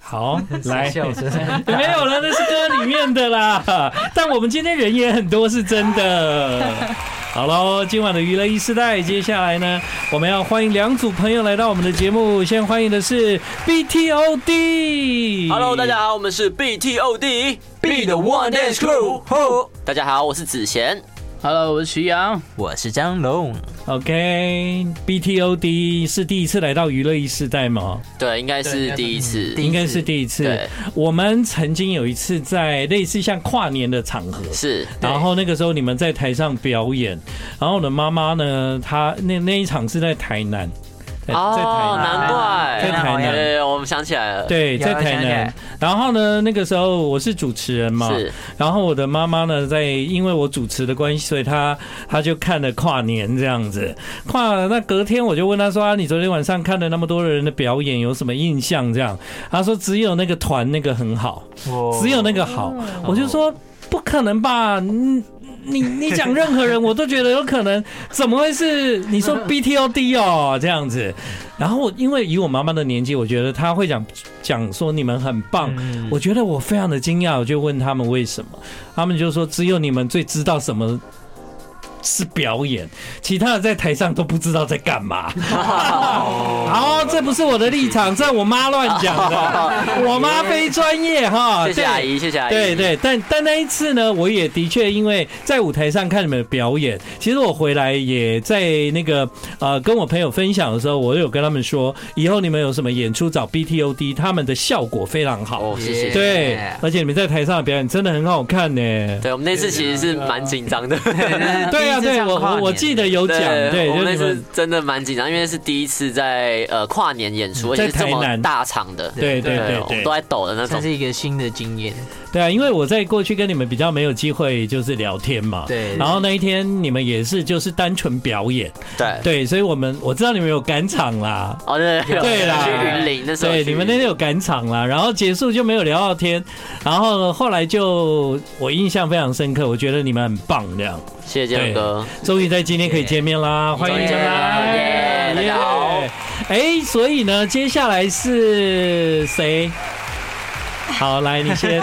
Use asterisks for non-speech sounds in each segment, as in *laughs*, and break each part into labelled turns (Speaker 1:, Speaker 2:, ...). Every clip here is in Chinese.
Speaker 1: 好，来，*laughs*
Speaker 2: 笑声
Speaker 1: 没有了，那是歌里面的啦。但我们今天人也很多，是真的。好喽，今晚的娱乐一时代，接下来呢，我们要欢迎两组朋友来到我们的节目。先欢迎的是 BTOD。
Speaker 3: Hello，大家好，我们是 BTOD B 的 One Dance Crew。吼
Speaker 1: 哦
Speaker 3: 大家好，我是子贤，
Speaker 2: Hello，我是徐阳。
Speaker 3: 我是张龙。
Speaker 1: OK，BTOD 是第一次来到娱乐一时代吗？
Speaker 3: 对，应该是第一次，
Speaker 1: 应该是第一次
Speaker 3: 对。
Speaker 1: 我们曾经有一次在类似像跨年的场合，
Speaker 3: 是
Speaker 1: 然后那个时候你们在台上表演，然后我的妈妈呢，她那那一场是在台南，在在
Speaker 3: 哦，
Speaker 1: 台南
Speaker 3: 难怪，
Speaker 1: 在台南
Speaker 3: 对，我们想起来了，，
Speaker 1: 对，在台
Speaker 2: 想起
Speaker 1: 南
Speaker 2: 来。
Speaker 1: 然后呢，那个时候我是主持人嘛，
Speaker 3: 是
Speaker 1: 然后我的妈妈呢，在因为我主持的关系，所以她她就看了跨年这样子。跨那隔天我就问她说：“啊，你昨天晚上看了那么多人的表演，有什么印象？”这样，她说：“只有那个团那个很好，只有那个好。”我就说：“不可能吧？”嗯。你你讲任何人，我都觉得有可能，怎么会是你说 BTOD 哦这样子？然后因为以我妈妈的年纪，我觉得她会讲讲说你们很棒，
Speaker 3: 嗯
Speaker 1: 我觉得我非常的惊讶，我就问他们为什么，他们就说只有你们最知道什么。是表演，其他的在台上都不知道在干嘛。
Speaker 3: 哦
Speaker 1: 好，这不是我的立场，这我妈乱讲
Speaker 3: *laughs*
Speaker 1: 的，我妈非专业哈。
Speaker 3: 谢谢
Speaker 1: 啊对
Speaker 3: 阿姨，谢谢阿姨，
Speaker 1: 对对，但但那一次呢，我也的确因为在舞台上看你们的表演，其实我回来也在那个呃跟我朋友分享的时候，我有跟他们说，以后你们有什么演出找 BTOD，他们的效果非常好
Speaker 3: 哦，。谢谢，
Speaker 1: 对，而且你们在台上的表演真的很好看呢。
Speaker 3: 对，我们那次其实是蛮紧张的， *laughs*
Speaker 1: 对啊，对我我我记得有讲，对，
Speaker 3: 我
Speaker 1: 就
Speaker 3: 们
Speaker 1: 你
Speaker 3: 那次
Speaker 1: 们
Speaker 3: 真的蛮紧张，因为是第一次在呃跨年演出，而
Speaker 1: 在
Speaker 3: 且是这
Speaker 1: 台
Speaker 3: 么
Speaker 1: 南
Speaker 3: 大场的，
Speaker 1: 对对对
Speaker 3: 我
Speaker 1: 对
Speaker 3: 们都在抖的那
Speaker 2: 算
Speaker 3: 种，
Speaker 2: 是一个新的经验，
Speaker 1: 对啊，因为我在过去跟你们比较没有机会就是聊天嘛。
Speaker 2: 对
Speaker 1: 然后那一天你们也是就是单纯表演，
Speaker 3: 对，
Speaker 1: 对，所以我们我知道你们有赶场啦，
Speaker 3: 哦对
Speaker 1: 对啦
Speaker 3: 去云林那时候去
Speaker 1: 对，
Speaker 3: 云林，
Speaker 1: 你们那天有赶场啦，然后结束就没有聊到天，然后后来就我印象非常深刻，我觉得你们很棒，这样，
Speaker 3: 谢谢建
Speaker 1: 对
Speaker 3: 荣哥，
Speaker 1: 终于在今天可以见面啦，欢迎你
Speaker 3: 终于见
Speaker 1: 们
Speaker 3: 面啦
Speaker 1: 来，
Speaker 3: 耶大家好
Speaker 1: 耶哎，所以呢，接下来是谁？好，来你先，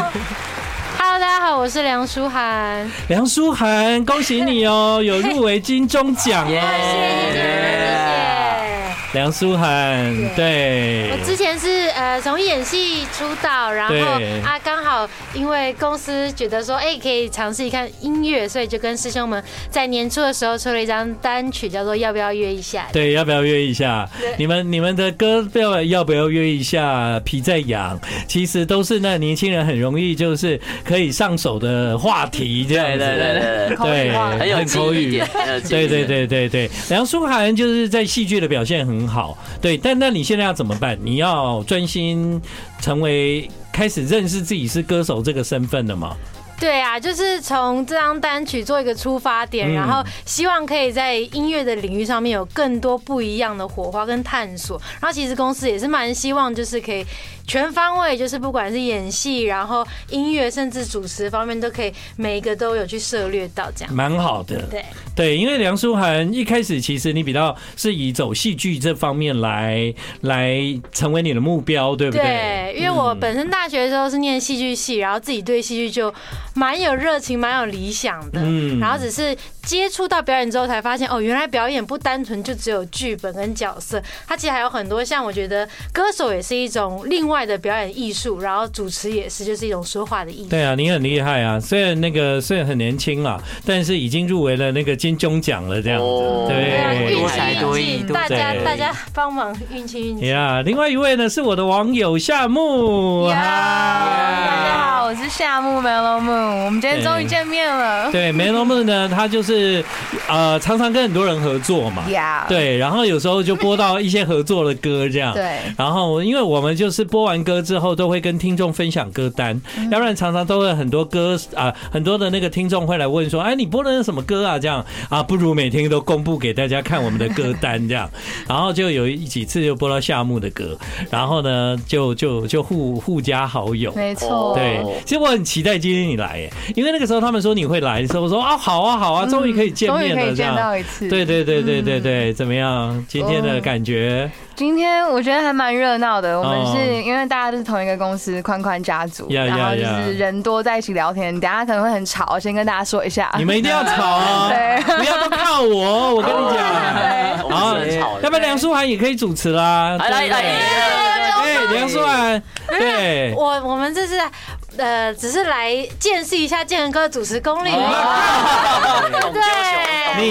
Speaker 4: Hello，大家好，我是梁舒涵。
Speaker 1: 梁舒涵，恭喜你哦，有入围金钟奖哦，
Speaker 4: 谢谢谢谢
Speaker 1: 梁舒涵，对
Speaker 4: 谢谢。我，之前是呃从演戏出道，然后
Speaker 1: 对
Speaker 4: 啊刚好因为公司觉得说哎、可以尝试一看音乐，所以就跟师兄们在年初的时候出了一张单曲，叫做要不要约一下。
Speaker 1: 对，要不要约一下？你们你们的歌要要不要约一下？皮在痒，其实都是那年轻人很容易就是可以上手的话题，这样子。
Speaker 3: 对对对对对。
Speaker 1: 对
Speaker 3: 很有记
Speaker 1: 口
Speaker 3: 忆
Speaker 1: 语
Speaker 3: 点，。很有记
Speaker 1: *laughs*
Speaker 3: 忆
Speaker 1: 对
Speaker 3: 点
Speaker 1: 对对对对，梁舒涵就是在戏剧的表现很好，对，但那你现在要怎么办？你要专心成为开始认识自己是歌手这个身份了嘛？
Speaker 4: 对啊，就是从这张单曲做一个出发点，
Speaker 1: 嗯
Speaker 4: 然后希望可以在音乐的领域上面有更多不一样的火花跟探索。然后其实公司也是蛮希望，就是可以全方位，就是不管是演戏，然后音乐，甚至主持方面，都可以每一个都有去涉略到这样。
Speaker 1: 蛮好的，
Speaker 4: 对
Speaker 1: 对，因为梁舒涵一开始其实你比较是以走戏剧这方面来来成为你的目标，对不嗯对？
Speaker 4: 对，因为我本身大学的时候是念戏剧系，然后自己对戏剧就蛮有热情、蛮有理想的。
Speaker 1: 嗯
Speaker 4: 然后只是接触到表演之后，才发现哦，原来表演不单纯就只有剧本跟角色，它其实还有很多像我觉得歌手也是一种另外的表演艺术，然后主持也是，就是一种说话的艺术。
Speaker 1: 对啊，你很厉害啊！虽然那个虽然很年轻啦，但是已经入围了那个金钟奖了，这样
Speaker 3: 哦
Speaker 1: 对
Speaker 4: 对啊，
Speaker 1: 多
Speaker 4: 运
Speaker 2: 才多
Speaker 4: 气运
Speaker 2: 艺
Speaker 4: 气，
Speaker 2: 多
Speaker 4: 大家
Speaker 1: 才
Speaker 4: 大家帮忙运气运气。
Speaker 1: 呀。另外一位呢是我的网友夏木，
Speaker 5: 大家
Speaker 1: 嗨
Speaker 5: 好，我是夏木 Melo Moon，我们今天终于见面了。
Speaker 1: 对 m e l o m 呢，他就是呃常常跟很多人合作嘛，
Speaker 5: 呀，
Speaker 1: 对，然后有时候就播到一些合作的歌这样，
Speaker 5: 对
Speaker 1: *laughs* 然后，因为我们就是播完歌之后，都会跟听众分享歌单，
Speaker 5: 嗯
Speaker 1: 要不然常常都会很多歌啊、很多的那个听众会来问说：“哎，你播的是什么歌啊？”这样啊，不如每天都公布给大家看我们的歌单这样。
Speaker 5: *laughs*
Speaker 1: 然后就有一几次就播到夏木的歌，然后呢，就就就互互加好友。
Speaker 5: 没错。哦
Speaker 1: 对，其实我很期待今天你来来，哎，因为那个时候他们说你会来的时候，我说啊，好啊，好啊，终于可以见
Speaker 5: 嗯终于
Speaker 1: 面
Speaker 5: 可
Speaker 1: 了，
Speaker 5: 以
Speaker 1: 这
Speaker 5: 见
Speaker 1: 样。
Speaker 5: 到一嗯次。
Speaker 1: 对，对对对对对，怎么样？今天
Speaker 5: 哦
Speaker 1: 的感觉
Speaker 5: 今天我觉得还蛮热闹的。我们
Speaker 1: 哦
Speaker 5: 是因为大家都是同一个公司，宽宽家族，
Speaker 1: 呀
Speaker 5: 然后
Speaker 1: 呀
Speaker 5: 就
Speaker 1: 呀
Speaker 5: 是人多在一起聊天，等一下可能会很吵，先跟大家说一下。
Speaker 1: *laughs* 你们
Speaker 5: *laughs*
Speaker 1: 一定要吵啊，
Speaker 5: 对
Speaker 1: 不要都靠我，我跟你讲。
Speaker 3: 我们是很吵
Speaker 1: 要
Speaker 3: 的
Speaker 1: 不。然梁舒涵也可以主持啦。
Speaker 3: 来来来，
Speaker 1: 哎，梁舒涵，对，
Speaker 4: 哎我我们这是呃，只是来见识一下建仁哥的主持功力。哦
Speaker 3: 董丢球，
Speaker 1: 你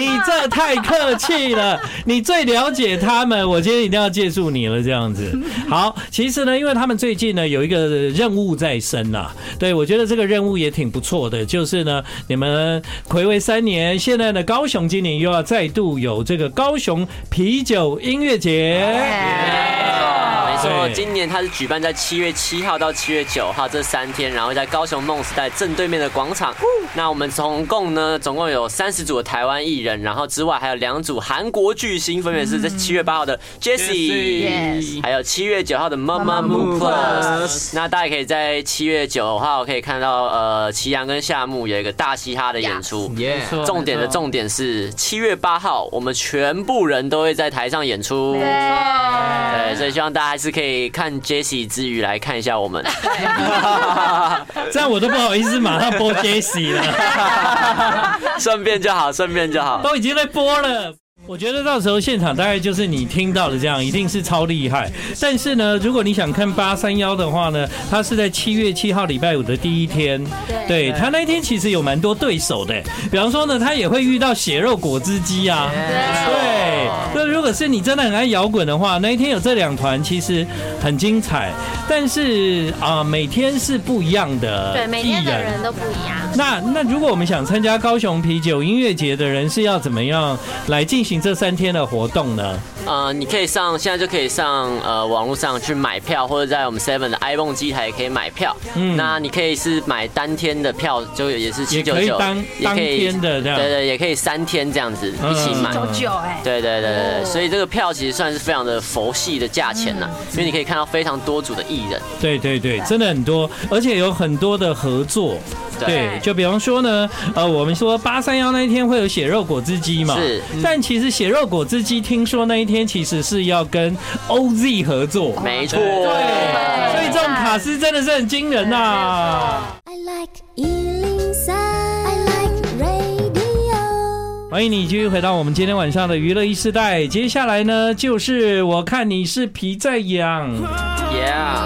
Speaker 1: 你你这太客气了，你最了解他们，我今天一定要借助你了，这样子。好，其实呢，因为他们最近呢有一个任务在身啦、对我觉得这个任务也挺不错的，就是呢，你们暌违三年，现在呢高雄今年又要再度有这个高雄啤酒音乐节，
Speaker 5: 哎
Speaker 3: 没错，今年它是举办在七月七号到七月九号这三天，然后在高雄梦时代正对面的广场。那我们总共呢，总共有三十组的台湾艺人，然后之外还有两组韩国巨星，分别是在七月八号的 Jessie，
Speaker 5: Yes
Speaker 3: 还有七月九号的 Mama
Speaker 5: Mama
Speaker 3: Move
Speaker 5: Move
Speaker 3: Plus。那大家可以在七月九号可以看到，呃，祁阳跟夏木有一个大嘻哈的演出。
Speaker 2: 耶，
Speaker 3: 重点的重点是七月八号，我们全部人都会在台上演出。
Speaker 4: 哦
Speaker 3: 对，所以希望大家还是可以看 Jesse 之余来看一下我们。 *laughs*
Speaker 1: 这样我都不好意思马上播 Jesse 了。
Speaker 4: *laughs*
Speaker 3: 顺便就好，顺便就好。
Speaker 1: 都已经在播了。我觉得到时候现场大概就是你听到的这样，一定是超厉害。但是呢，如果你想看八三幺的话呢，它是在七月七号礼拜五的第一天，对他那一天其实有蛮多对手的，比方说呢，他也会遇到血肉果汁机啊，对。那如果是你真的很爱摇滚的话，那一天有这两团其实很精彩，但是啊、每天是不一样的，
Speaker 4: 对，每天的人都不一样。
Speaker 1: 那那如果我们想参加高雄啤酒音乐节的人是要怎么样来进行这三天的活动呢？
Speaker 3: 呃，你可以上现在就可以上呃网络上去买票，或者在我们 Seven 的 iPhone 机台也可以买票。
Speaker 1: 嗯
Speaker 3: 那你可以是买单天的票，就也是七
Speaker 1: 也
Speaker 3: 九
Speaker 1: 可以
Speaker 3: 九
Speaker 1: 当，当天的这样
Speaker 3: 对对，也可以三天这样子一起买。
Speaker 1: 嗯
Speaker 5: 久哎，
Speaker 3: 对对对对对，所以这个票其实算是非常的佛系的价钱
Speaker 1: 嗯
Speaker 3: 呐、因为你可以看到非常多组的艺人，
Speaker 1: 对对对，真的很多，而且有很多的合作。
Speaker 3: 对，
Speaker 1: 对，就比方说呢，呃，我们说八三幺那一天会有血肉果汁机嘛，
Speaker 3: 是，
Speaker 1: 但其实血肉果汁机听说那一天其实是要跟 OZ 合作，
Speaker 3: 没错，
Speaker 1: 对，所以这种卡司真的是很惊人呐、
Speaker 6: I like Ealing Sound. I like radio.
Speaker 1: 欢迎你继续回到我们今天晚上的娱乐一世代。接下来呢，就是我看你是皮在痒。
Speaker 3: ，Yeah，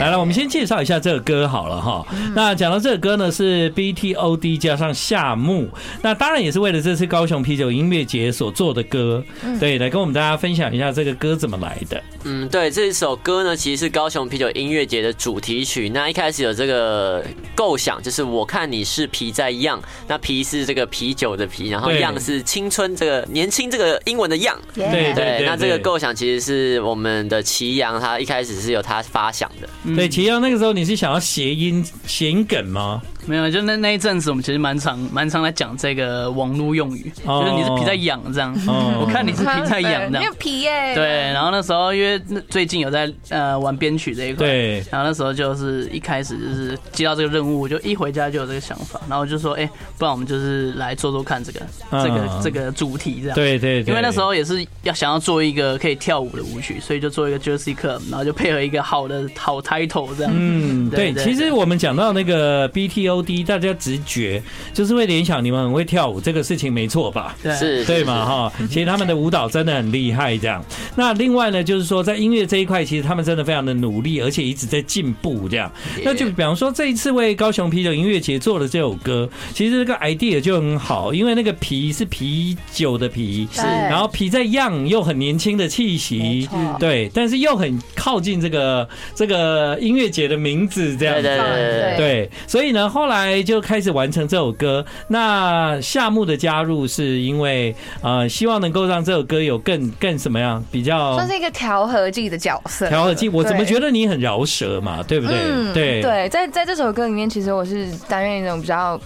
Speaker 1: 来了，我们先介绍一下这个歌好了哈。那讲到这个歌呢，是 B T O D 加上夏木，那当然也是为了这次高雄啤酒音乐节所做的歌。
Speaker 2: 嗯
Speaker 1: 对，来跟我们大家分享一下这个歌怎么来的。
Speaker 3: 嗯，对，这首歌呢，其实是高雄啤酒音乐节的主题曲。那一开始有这个构想，就是我看你是皮在样，那皮是这个啤酒的啤，然后
Speaker 1: 对
Speaker 3: 样是青春这个年轻这个英文的样。
Speaker 1: 对对
Speaker 3: 对，
Speaker 1: 对，
Speaker 3: 那这个构想其实是我们的祁阳，他一开始是由他发想的。
Speaker 2: 嗯
Speaker 1: 对，其实那个时候你是想要谐音谐音梗吗？
Speaker 2: 没有，就那那一阵子，我们其实蛮常蛮常来讲这个网络用语，
Speaker 1: 哦
Speaker 2: 就是你是皮在痒这样，
Speaker 1: 哦
Speaker 2: 嗯我看你是 *laughs* 皮在痒
Speaker 5: 没
Speaker 2: 这
Speaker 5: 有
Speaker 2: 样。
Speaker 5: 皮耶。
Speaker 2: 对，然后那时候因为那最近有在呃玩编曲这一块，
Speaker 1: 对
Speaker 2: 然后那时候就是一开始就是接到这个任务，我就一回家就有这个想法，然后我就说，哎、不然我们就是来做做看这个这个
Speaker 1: 嗯
Speaker 2: 这个主题这样。
Speaker 1: 对对对，
Speaker 2: 因为那时候也是要想要做一个可以跳舞的舞曲，所以就做一个 Jersey Club，然后就配合一个好的好 title 这样。
Speaker 1: 嗯，对，其实我们讲到那个 BTOD，大家直觉就是会联想你们很会跳舞这个事情，没错吧？
Speaker 2: 对
Speaker 3: 是，
Speaker 1: 对嘛
Speaker 3: 是？
Speaker 1: 哈，其实他们的舞蹈真的很厉害，这样。那另外呢，就是说在音乐这一块，其实他们真的非常的努力，而且一直在进步，这样。那就比方说这一次为高雄啤酒音乐节做的这首歌，其实这个 idea 就很好，因为那个啤是啤酒的啤，
Speaker 5: 是
Speaker 1: 然后啤在样又很年轻的气息，对，但是又很靠近这个这个音乐节的名字这样
Speaker 3: 对对
Speaker 1: 子。
Speaker 3: 对对对。
Speaker 1: 对，所以呢，后来就开始完成这首歌。那夏木的加入是因为呃，希望能够让这首歌有更更什么样比较
Speaker 5: 算是一个调和剂的角色。
Speaker 1: 调和剂。我怎么
Speaker 5: 对嗯
Speaker 1: 觉得你很饶舌嘛，对不对？对
Speaker 5: 对，在在这首歌里面，其实我是担任一种比较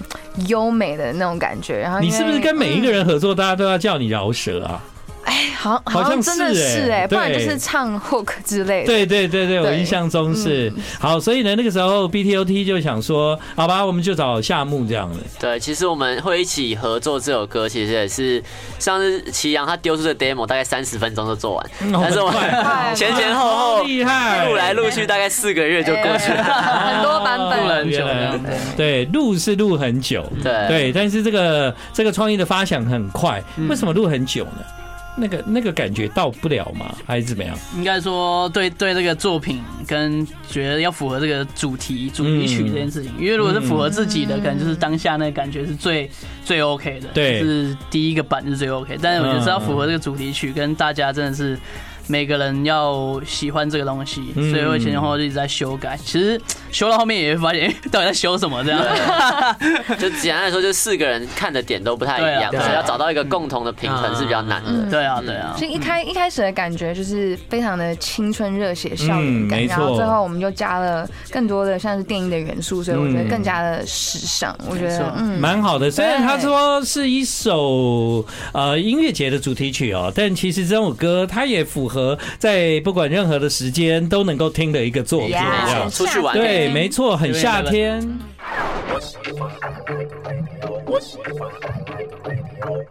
Speaker 5: 优美的那种感觉。然后因
Speaker 1: 你
Speaker 5: 为
Speaker 1: 是不是跟每一个人合作，大家都要叫你饶舌啊？
Speaker 5: 哎、好，
Speaker 1: 好
Speaker 5: 好
Speaker 1: 像
Speaker 5: 像真的
Speaker 1: 是欸
Speaker 5: 是哎，不然就
Speaker 1: 对
Speaker 5: 是唱 hook 之类的。
Speaker 1: 对对对对，我
Speaker 5: 对
Speaker 1: 印象中是、好，所以呢，那个时候 BTOT 就想说，好吧，我们就找夏木这样的，
Speaker 3: 对，其实我们会一起合作这首歌，其实也是上次祁阳他丢出的 demo 大概三十分钟就做完，但是我
Speaker 5: 快
Speaker 3: 们前前后
Speaker 1: 嗯好
Speaker 3: 后
Speaker 1: 厉害，
Speaker 3: 录来录去大概四个月就过去了。
Speaker 5: 哎很多版
Speaker 1: 哦
Speaker 5: 本
Speaker 2: 录了很久
Speaker 1: 原来
Speaker 2: 这样
Speaker 1: 对，录是录很久，
Speaker 3: *laughs* 对
Speaker 1: 对，但是这个这个创意的发想很快，
Speaker 5: 嗯
Speaker 1: 为什么录很久呢？那个那个感觉到不了吗？还是怎么样？
Speaker 2: 应该说对对这个作品跟觉得要符合这个主题主题曲这件事情，
Speaker 1: 嗯
Speaker 2: 因为如果是符合自己的，可能就是当下那个感觉是最最 OK 的，
Speaker 1: 对
Speaker 2: 就是第一个版是最 OK。但是我觉得是要
Speaker 1: 嗯
Speaker 2: 符合这个主题曲，跟大家真的是每个人要喜欢这个东西，
Speaker 1: 嗯
Speaker 2: 所以会前前后后一直在修改。其实修到后面也会发现，哎 *laughs* 到底在修什么这样。
Speaker 3: *laughs* 就简单来说，就四个人看的点都不太一样，
Speaker 2: 对啊
Speaker 3: 所以要找到一个共同的平衡是比较难的。
Speaker 2: 对啊，对啊。
Speaker 5: 所以一开一开始的感觉就是非常的青春热血校园
Speaker 1: 嗯
Speaker 5: 感，
Speaker 1: 没错
Speaker 5: 然后最后我们就加了更多的像是电影的元素，所以我觉得更加的时尚。我觉
Speaker 2: 没
Speaker 5: 得
Speaker 2: 错
Speaker 5: 嗯，
Speaker 1: 蛮好的，虽然
Speaker 5: 对
Speaker 1: 他说是一首呃音乐节的主题曲哦，但其实这首歌它也符合在不管任何的时间都能够听的一个作品，这
Speaker 5: Yeah
Speaker 1: 样
Speaker 3: 啊出去玩，
Speaker 1: 嗯对，没错，很夏天。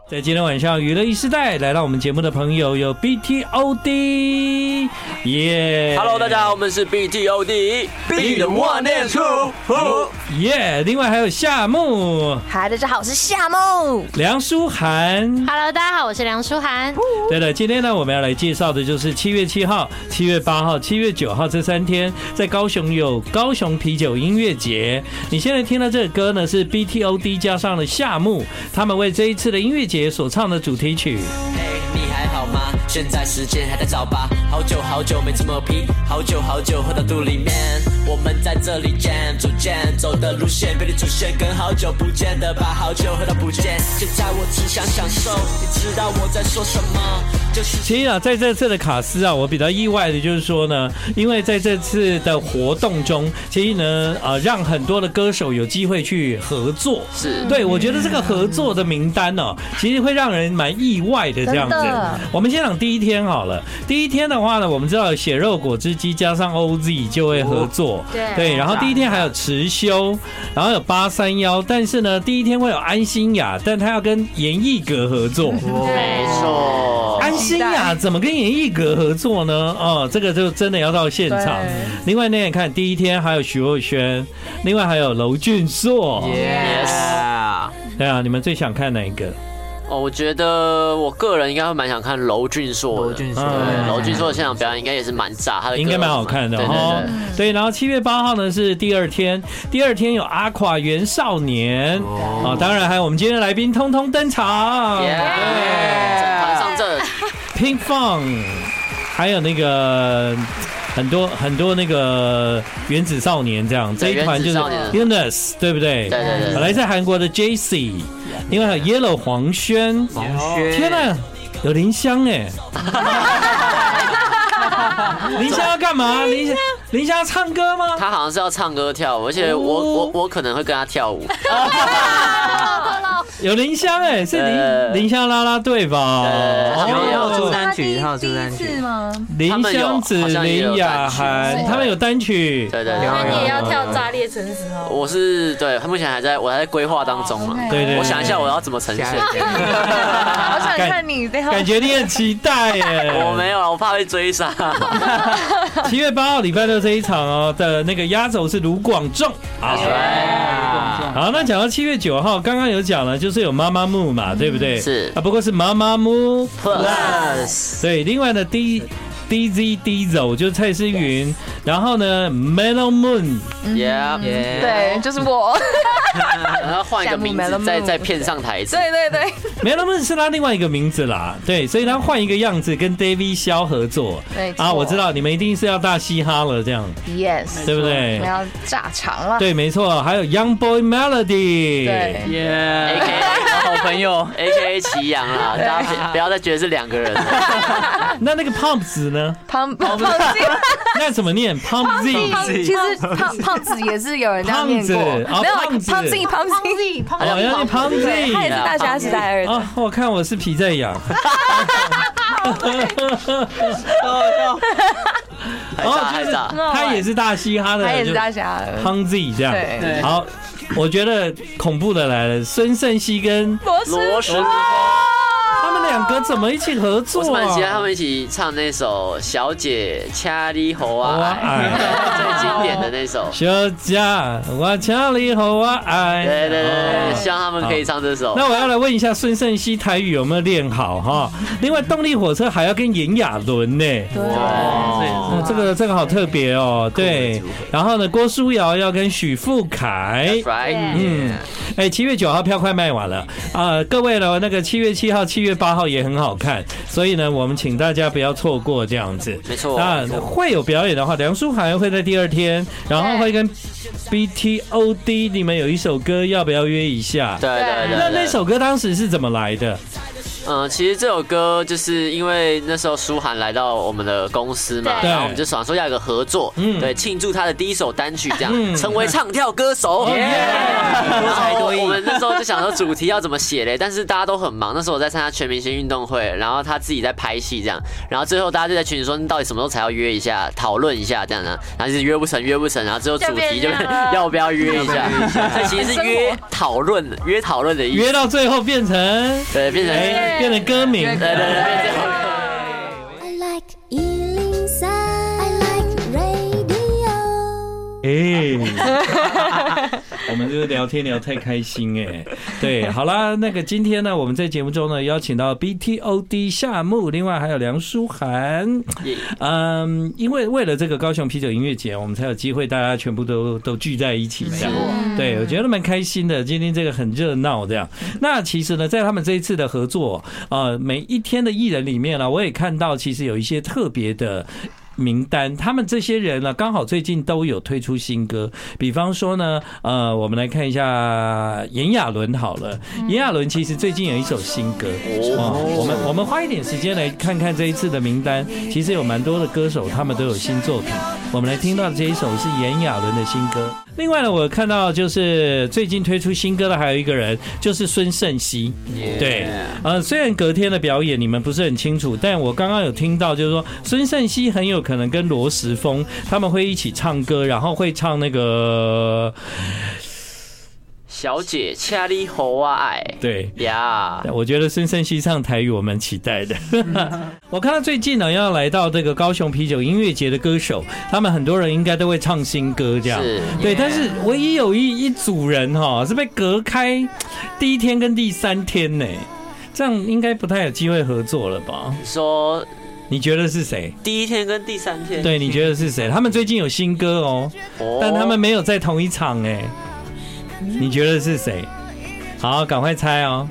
Speaker 1: 在今天晚上娱乐一时代来到我们节目的朋友有 BTOD，耶、
Speaker 3: Hello，大家好，我们是 BTOD，Be the one and
Speaker 1: 哦
Speaker 3: two。
Speaker 1: 耶另外还有夏木、
Speaker 5: 嗨，大家好，我是夏梦。
Speaker 1: 梁舒涵。
Speaker 4: Hello，大家好，我是梁舒涵。
Speaker 1: 对了，今天呢，我们要来介绍的就是七月七号、七月八号、七月九号这三天，在高雄有高雄啤酒音乐节。你现在听到这个歌呢，是 BTOD 加上了夏木，他们为这一次的音乐节所唱的主题曲。
Speaker 7: 嘿，哎你还好吗？现在时间还在早吧？好久好久没这么皮，好久好久喝到肚里面。我们在这里见，逐渐走的路线被你出现，跟好久不见的把好久喝到不见。现在我只想享受，你知道我在说什么？就是
Speaker 1: 其实啊，在这次的卡斯啊，我比较意外的就是说呢，因为在这次的活动中，其实呢，呃，让很多的歌手有机会去合作。
Speaker 3: 是
Speaker 5: 嗯
Speaker 1: 对，我觉得这个合作的名单呢、其实会让人蛮意外的这样子
Speaker 5: 真的。
Speaker 1: 我们先讲第一天好了。第一天的话呢，我们知道血肉果汁机加上 OZ 就会合
Speaker 5: 哦
Speaker 1: 作，
Speaker 4: 对
Speaker 1: 然后第一天还有池修，然后有八三幺，但是呢，第一天会有安心雅，但他要跟严艺格合
Speaker 5: *laughs*
Speaker 1: 作。
Speaker 3: 没错，
Speaker 1: 安心雅怎么跟严艺格合作呢？哦，这个就真的要到现场。另外那也看第一天还有徐若瑄，另外还有娄俊硕。
Speaker 3: Yes。
Speaker 1: 对啊，你们最想看哪一个？
Speaker 3: 哦，我觉得我个人应该会蛮想看娄俊硕的。
Speaker 7: 娄俊
Speaker 1: 硕
Speaker 3: 对，
Speaker 1: 嗯
Speaker 3: 娄俊硕的现场表演应该也是蛮炸，他的歌
Speaker 1: 应该蛮好看的
Speaker 3: 对
Speaker 1: 哦
Speaker 3: 对对。。
Speaker 1: 对，然后七月八号呢是第二天，第二天有阿垮原少年啊，
Speaker 3: 哦
Speaker 1: 当然还有我们今天的来宾通通登场
Speaker 3: Yeah，整盘上阵，
Speaker 1: ，Pink Fong，还有那个。很多很多那个原子少年这样，这
Speaker 3: 对
Speaker 1: 一团就是
Speaker 3: 原子少
Speaker 1: Unis，对不对？
Speaker 3: 对对对
Speaker 1: 本来在韩国的 J C，另外还有 Yellow 黄轩，天呐，有林香哎！林香要干嘛？林香林香要唱歌吗？
Speaker 3: 他好像是要唱歌跳舞，而且我我我可能会跟他跳舞。
Speaker 1: 有林香哎，是
Speaker 3: 呃
Speaker 1: 林林香啦啦队吧？
Speaker 3: 他们有
Speaker 1: 哦
Speaker 3: 出
Speaker 5: 他
Speaker 7: 单
Speaker 5: 第
Speaker 7: 曲，
Speaker 5: 一
Speaker 7: 还有
Speaker 5: 第
Speaker 7: 出
Speaker 5: 一
Speaker 7: 单曲
Speaker 5: 次。吗？
Speaker 1: 林香子、
Speaker 3: 他们有
Speaker 1: 林雅涵，他们有单曲。
Speaker 3: 对对对，
Speaker 1: 哎
Speaker 4: 那你也要跳炸裂城市哦。
Speaker 3: 我是对，他目前还在我还在规划当中啊嘛。
Speaker 1: 对对，
Speaker 3: 我想一下
Speaker 1: 对，
Speaker 3: 我要怎么呈现。
Speaker 5: 好想
Speaker 1: 感
Speaker 5: 看你，
Speaker 1: 感觉你很期待耶。
Speaker 3: *laughs* 我没有啊，我怕被追杀。
Speaker 1: 七月八号礼拜六这一场哦的那个压轴是卢广仲啊。好，那讲到七月九号，刚刚有讲了，就是有妈妈木嘛，对不对？
Speaker 3: 是
Speaker 1: 啊，不过是妈妈木
Speaker 3: Plus，
Speaker 1: 对，另外呢，D D Z D 走就是蔡诗芸，然后呢，Mellow Moon，
Speaker 3: yeah，
Speaker 5: 对，就是我， *laughs*
Speaker 3: 然后换一个名字，再再骗上台一次。
Speaker 5: 对对对，
Speaker 1: Mellow Moon 是他另外一个名字啦，对，所以他换一个样子跟 David 肖合作
Speaker 5: 没。错
Speaker 1: 啊，我知道你们一定是要大嘻哈了，这样
Speaker 5: ，yes，
Speaker 1: 对不
Speaker 5: 我
Speaker 1: 对
Speaker 5: 们？要炸场了，
Speaker 1: 对，没错，还有 Young Boy Melody，
Speaker 5: 对，
Speaker 2: 耶
Speaker 3: A K A 好朋友，A K A 祁阳啦，大家不要再觉得是两个人了。
Speaker 1: 那那个 Pump 子
Speaker 5: *laughs*
Speaker 1: 呢？
Speaker 5: 胖胖子，
Speaker 1: 那怎么念 Pump Z？
Speaker 5: 其实胖胖子也是有人这样念过，
Speaker 1: 胖子哦
Speaker 5: 没有
Speaker 1: 胖子
Speaker 5: 胖子胖子，
Speaker 1: 哦，要念 Pump
Speaker 5: 他也是
Speaker 1: Z
Speaker 5: 大侠时代二代，
Speaker 1: 啊！我看我是皮在痒。
Speaker 3: 好笑，
Speaker 1: 哦
Speaker 3: 还炸
Speaker 1: 就
Speaker 3: 还
Speaker 1: 是
Speaker 3: 炸，
Speaker 1: 他也是大嘻哈的，
Speaker 5: 他也是
Speaker 1: 就
Speaker 5: 大侠了。
Speaker 1: Hung Z 这样。
Speaker 5: 对
Speaker 2: 对
Speaker 1: 好，我觉得恐怖的来了，孙盛熙跟
Speaker 5: 博
Speaker 3: 罗时
Speaker 1: 他们两个怎么一起合
Speaker 3: 我是
Speaker 1: 作
Speaker 3: 蛮期待他
Speaker 1: 啊？
Speaker 3: 们一起唱那首《小姐掐里猴啊
Speaker 1: 我》，
Speaker 3: *laughs* 最经典的那首。
Speaker 1: 小家，我家里好我爱。
Speaker 3: 对对对对，
Speaker 1: 哦
Speaker 3: 对希望他们可以唱这首。
Speaker 1: 那我要来问一下孙盛熙台语有没有练好
Speaker 3: *laughs*
Speaker 1: 哈？另外，动力火车还要跟炎亚纶呢。哦
Speaker 3: 哇，
Speaker 1: 这个这个好特别哦，对。然后呢，郭书瑶要跟许富凯，
Speaker 3: right，
Speaker 1: 嗯，哎，七月九号票快卖完了啊、各位呢，那个七月七号、七月八号也很好看，所以呢，我们请大家不要错过这样子。
Speaker 3: 没错
Speaker 1: 那
Speaker 3: 没错
Speaker 1: 会有表演的话，梁书涵会在第二天，然后会
Speaker 3: 哎
Speaker 1: 跟 BTOD 你们有一首歌，要不要约一下？
Speaker 3: 对对对。
Speaker 1: 那
Speaker 3: 对
Speaker 1: 那首歌当时是怎么来的？
Speaker 3: 嗯，其实这首歌就是因为那时候舒涵来到我们的公司嘛，
Speaker 1: 对
Speaker 3: 然后我们就想说要有个合作，
Speaker 1: 嗯
Speaker 3: 对，庆祝他的第一首单曲这
Speaker 1: 嗯
Speaker 3: 样，成为唱跳歌手。
Speaker 1: 耶
Speaker 3: 然后
Speaker 8: 多艺
Speaker 3: 我们那时候就想说主题要怎么写嘞，但是大家都很忙，那时候我在参加全明星运动会，然后他自己在拍戏这样，然后最后大家就在群里说，你到底什么时候才要约一下，讨论一下这样呢、然后就是约不成，约不成，然后最后主题就
Speaker 4: 就变这样了
Speaker 3: *laughs* 要不要约一下，所以其实是约讨论，约讨论的意
Speaker 1: 约
Speaker 3: 思，
Speaker 1: 到最后变成
Speaker 3: 对，变成。
Speaker 1: 哎，变成歌名。
Speaker 3: 对对对，变成
Speaker 6: I like Ealing Sound. I like radio.
Speaker 1: 哎，我们这个聊天聊太开心哎、对，好啦，那个今天呢，我们在节目中呢邀请到 BTOD 夏木，另外还有梁书涵，
Speaker 3: 耶
Speaker 1: 嗯，因为为了这个高雄啤酒音乐节，我们才有机会大家全部都都聚在一起这样。对，我觉得蛮开心的，今天这个很热闹这样。那其实呢，在他们这一次的合作，呃，每一天的艺人里面呢，我也看到其实有一些特别的。名单，他们这些人呢，刚好最近都有推出新歌，比方说呢，呃，我们来看一下炎亚纶好了，炎亚纶其实最近有一首新歌，哦，我们我们花一点时间来看看这一次的名单，其实有蛮多的歌手他们都有新作品，我们来听到的这一首是炎亚纶的新歌。另外呢，我看到就是最近推出新歌的还有一个人，就是孙盛熙。对，呃，虽然隔天的表演你们不是很清楚，但我刚刚有听到，就是说孙盛熙很有可能跟罗时丰他们会一起唱歌，然后会唱那个
Speaker 3: 小姐恰里猴啊爱
Speaker 1: 对。
Speaker 3: 呀，
Speaker 1: 我觉得孙盛熙唱台语我蛮期待的。 *laughs* 我看到最近呢要来到这个高雄啤酒音乐节的歌手，他们很多人应该都会唱新歌这样。
Speaker 3: 是
Speaker 1: 对，但是唯一有一一组人哈、是被隔开第一天跟第三天呢，这样应该不太有机会合作了吧？
Speaker 3: 说
Speaker 1: 你觉得是谁？
Speaker 3: 第一天跟第三天，
Speaker 1: 对，你觉得是谁？他们最近有新歌哦，
Speaker 3: 哦，
Speaker 1: 但他们没有在同一场哎，你觉得是谁？好，赶快猜哦。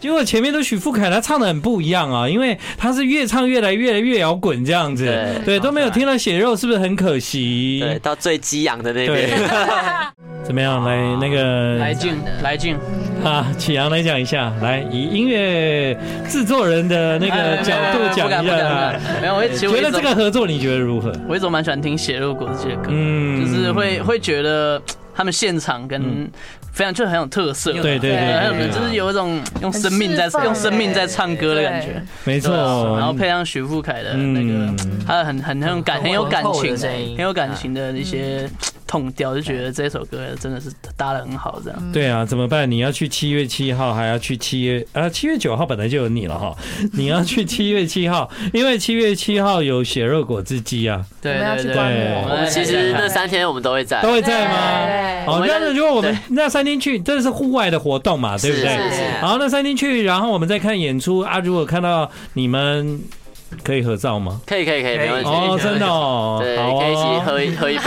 Speaker 1: 结果前面都许富凯，他唱的很不一样啊，因为他是越唱越来越越摇滚这样子，
Speaker 3: 对
Speaker 1: 对，都没有听到血肉，是不是很可惜？
Speaker 3: 对到最激昂的那
Speaker 1: 对
Speaker 3: 边，
Speaker 1: 怎么样？来那个
Speaker 2: 来劲来劲，
Speaker 1: 啊，启阳来讲一下，来以音乐制作人的那个角
Speaker 7: 哎
Speaker 1: 度讲一
Speaker 2: 哎不敢不
Speaker 1: 下啊
Speaker 2: 敢不。敢没有，我其实我
Speaker 1: 觉
Speaker 2: 一
Speaker 1: 得
Speaker 2: 直
Speaker 1: 这个合作你觉得如何？
Speaker 2: 我一直蛮喜欢听血肉果汁这些歌，
Speaker 1: 嗯
Speaker 2: 就是会会觉得他们现场
Speaker 7: 嗯
Speaker 2: 跟非常就很有特色，
Speaker 1: 对对对
Speaker 2: 很有
Speaker 1: 对对
Speaker 2: 就是有一种用生命在
Speaker 5: 释放欸
Speaker 2: 用生命在唱歌的感觉
Speaker 5: 对，
Speaker 1: 没错
Speaker 2: 对啊，然后配上徐富凯的那个
Speaker 1: 嗯，
Speaker 2: 他很很很有感很有感
Speaker 8: 浑厚
Speaker 2: 情
Speaker 8: 的声音嗯
Speaker 2: 很有感情的一些痛调，就觉得这首歌真的是搭的很好，这
Speaker 8: 嗯
Speaker 2: 样
Speaker 1: 对啊，怎么办？你要去七月七号，还要去七月啊？七月九号本来就有你了哈， *laughs* 你要去七月七号，因为七月七号有血肉果汁机啊，
Speaker 2: 对
Speaker 5: 我们要
Speaker 2: 对
Speaker 5: 去
Speaker 2: 对
Speaker 5: 观
Speaker 1: 摩
Speaker 2: 我
Speaker 3: 我
Speaker 2: 们
Speaker 3: 们其实那三天我们都会在，
Speaker 1: 都会在
Speaker 4: 哎
Speaker 1: 吗？
Speaker 5: 对，
Speaker 1: 哦，
Speaker 3: 我们
Speaker 1: 那如果我们
Speaker 3: 对
Speaker 1: 那三天去，这是户外的活动嘛，对不对？
Speaker 3: 是是
Speaker 1: 好，那三天去，然后我们再看演出啊。如果看到你们，可以合照吗？
Speaker 3: 可以可以可以，没问题，
Speaker 1: 哦，真的哦，
Speaker 3: 对，
Speaker 1: 好
Speaker 3: 可以一起
Speaker 1: 哦，
Speaker 3: 喝一喝一杯，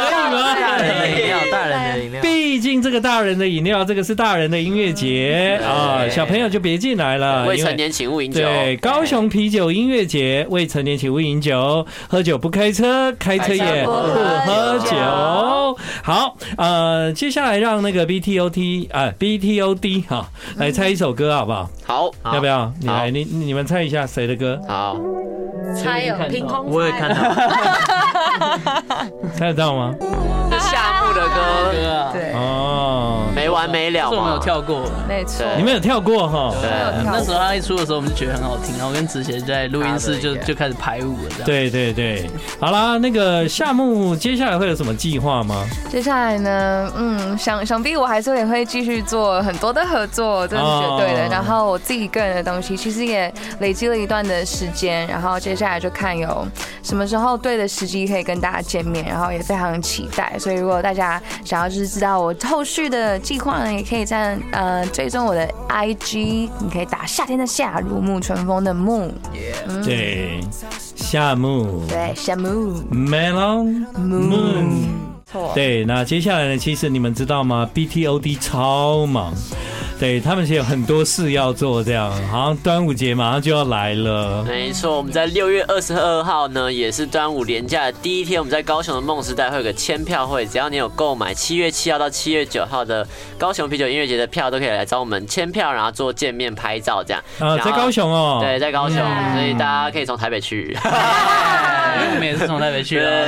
Speaker 1: 可以
Speaker 8: 大人
Speaker 1: 吗？
Speaker 8: 的饮料，大人的饮料。
Speaker 1: 毕竟这个大人的饮料，这个是大人的音乐节啊，小朋友就别进来了，
Speaker 3: 嗯未
Speaker 1: 因为
Speaker 3: 成年请勿饮酒，
Speaker 1: 对，高雄啤酒音乐节，未成年请勿饮酒，喝酒不开车，开车也不喝酒。好，呃，接下来让那个 BTOT 啊、BTOD 哈、来猜一首歌好不好？
Speaker 3: 嗯好，
Speaker 1: 要不
Speaker 3: 要？
Speaker 1: 要？你来，你你们猜一下谁的歌？
Speaker 3: 好，
Speaker 4: 猜有凭空猜，
Speaker 8: 我也看到，
Speaker 1: 猜得到吗？
Speaker 3: 夏木的歌，
Speaker 2: 对啊，
Speaker 5: 对，
Speaker 1: 哦，哦，
Speaker 3: 没完没了
Speaker 2: 是我们有
Speaker 3: 嘛。
Speaker 2: 跳过。
Speaker 5: 没错，
Speaker 3: 对
Speaker 1: 你们有跳过哈？
Speaker 3: 对，
Speaker 2: 那时候他一出的时候，我们就觉得很好听，然后跟子贤在录音室就就开始排舞了，这样。，
Speaker 1: 对对对，好啦，那个夏木接下来会有什么计划吗？
Speaker 5: 接下来呢，嗯，想想必我还是也会继续做很多的合作，这是绝对的。
Speaker 1: 哦
Speaker 5: 然后我自己个人的东西，其实也累积了一段的时间，然后接下来就看有什么时候对的时机可以跟大家见面，然后也非常期待。所以如果大家想要就是知道我后续的计划呢，也可以在呃追踪我的 IG，你可以打夏天的夏，如沐春风的沐，
Speaker 1: 对，夏木
Speaker 5: 对，夏沐
Speaker 1: Melon Moon。
Speaker 5: 错，
Speaker 1: 对，那接下来呢？其实你们知道吗？BTOD 超忙，对他们其实有很多事要做，这样好像端午节马上就要来了。
Speaker 3: 没错，我们在六月二十二号呢，也是端午连假的第一天，我们在高雄的梦时代会有个签票会，只要你有购买七月七号到七月九号的高雄啤酒音乐节的票，都可以来找我们签票，然后做见面拍照这样。
Speaker 1: 啊，在高雄哦，
Speaker 3: 对，，在高雄，所以大家可以从台北去。
Speaker 2: 我们也是从台北去
Speaker 3: 对，
Speaker 2: 的。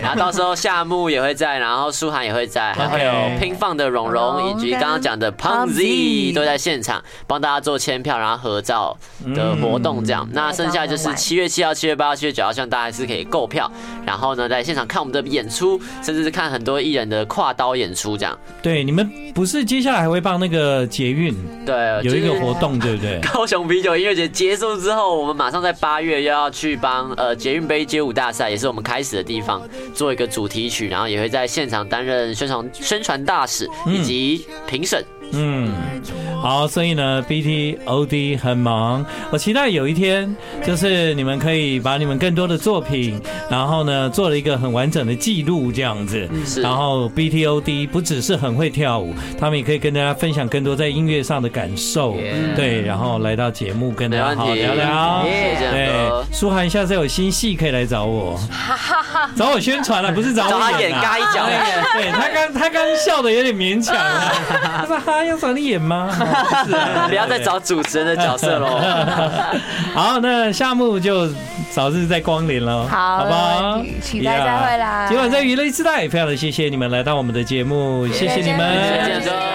Speaker 3: 然后到时候夏木也会在，然后舒涵也会在，还会有拼放的蓉蓉以及刚刚讲的胖 Z 都在现场帮大家做签票，然后合照的活动这样。那剩下就是七月七号、七月八号、七月九号，希望大家还是可以购票，然后呢在现场看我们的演出，甚至是看很多艺人的跨刀演出这样。
Speaker 1: 对，你们不是接下来还会帮那个捷运
Speaker 3: 对，
Speaker 1: 有一
Speaker 3: 呃就
Speaker 1: 个
Speaker 3: 是
Speaker 1: 活动，对不对？
Speaker 3: 高雄啤酒音乐节结束之后，我们马上在八月又要去帮呃捷运杯街舞大赛，也是我们开始的地方，做一个主题曲，然后也会在现场担任宣传宣传大使以及评审。
Speaker 1: 嗯，好，所以呢，BTOD 很忙，我期待有一天，就是你们可以把你们更多的作品，然后呢，做了一个很完整的记录这样子。
Speaker 3: 是
Speaker 1: 然后 BTOD 不只是很会跳舞，他们也可以跟大家分享更多在音乐上的感受。对，然后来到节目跟大
Speaker 3: 没
Speaker 1: 家
Speaker 3: 问
Speaker 1: 好好
Speaker 3: 题，
Speaker 1: 聊聊。
Speaker 3: 谢谢
Speaker 1: 对
Speaker 3: 哥，，
Speaker 1: 舒涵下次有新戏可以来找我，找我宣传了，不是找
Speaker 3: 找他
Speaker 1: 我
Speaker 3: 演
Speaker 1: 啊
Speaker 3: 尬一脚。
Speaker 1: 对他刚他刚笑的有点勉强啊，他说哈要找你演吗？ *laughs* 哦是啊
Speaker 3: *laughs* 不要再。找主持人的角色
Speaker 1: *laughs*
Speaker 3: 喽。
Speaker 1: 好，那夏木就早日再光临了，
Speaker 5: 好
Speaker 1: 好不好
Speaker 5: 没问题？期待再会啦
Speaker 1: Yeah 今晚在娱乐时代，非常的谢谢你们来到我们的节目，谢谢你们，
Speaker 3: 谢谢哥。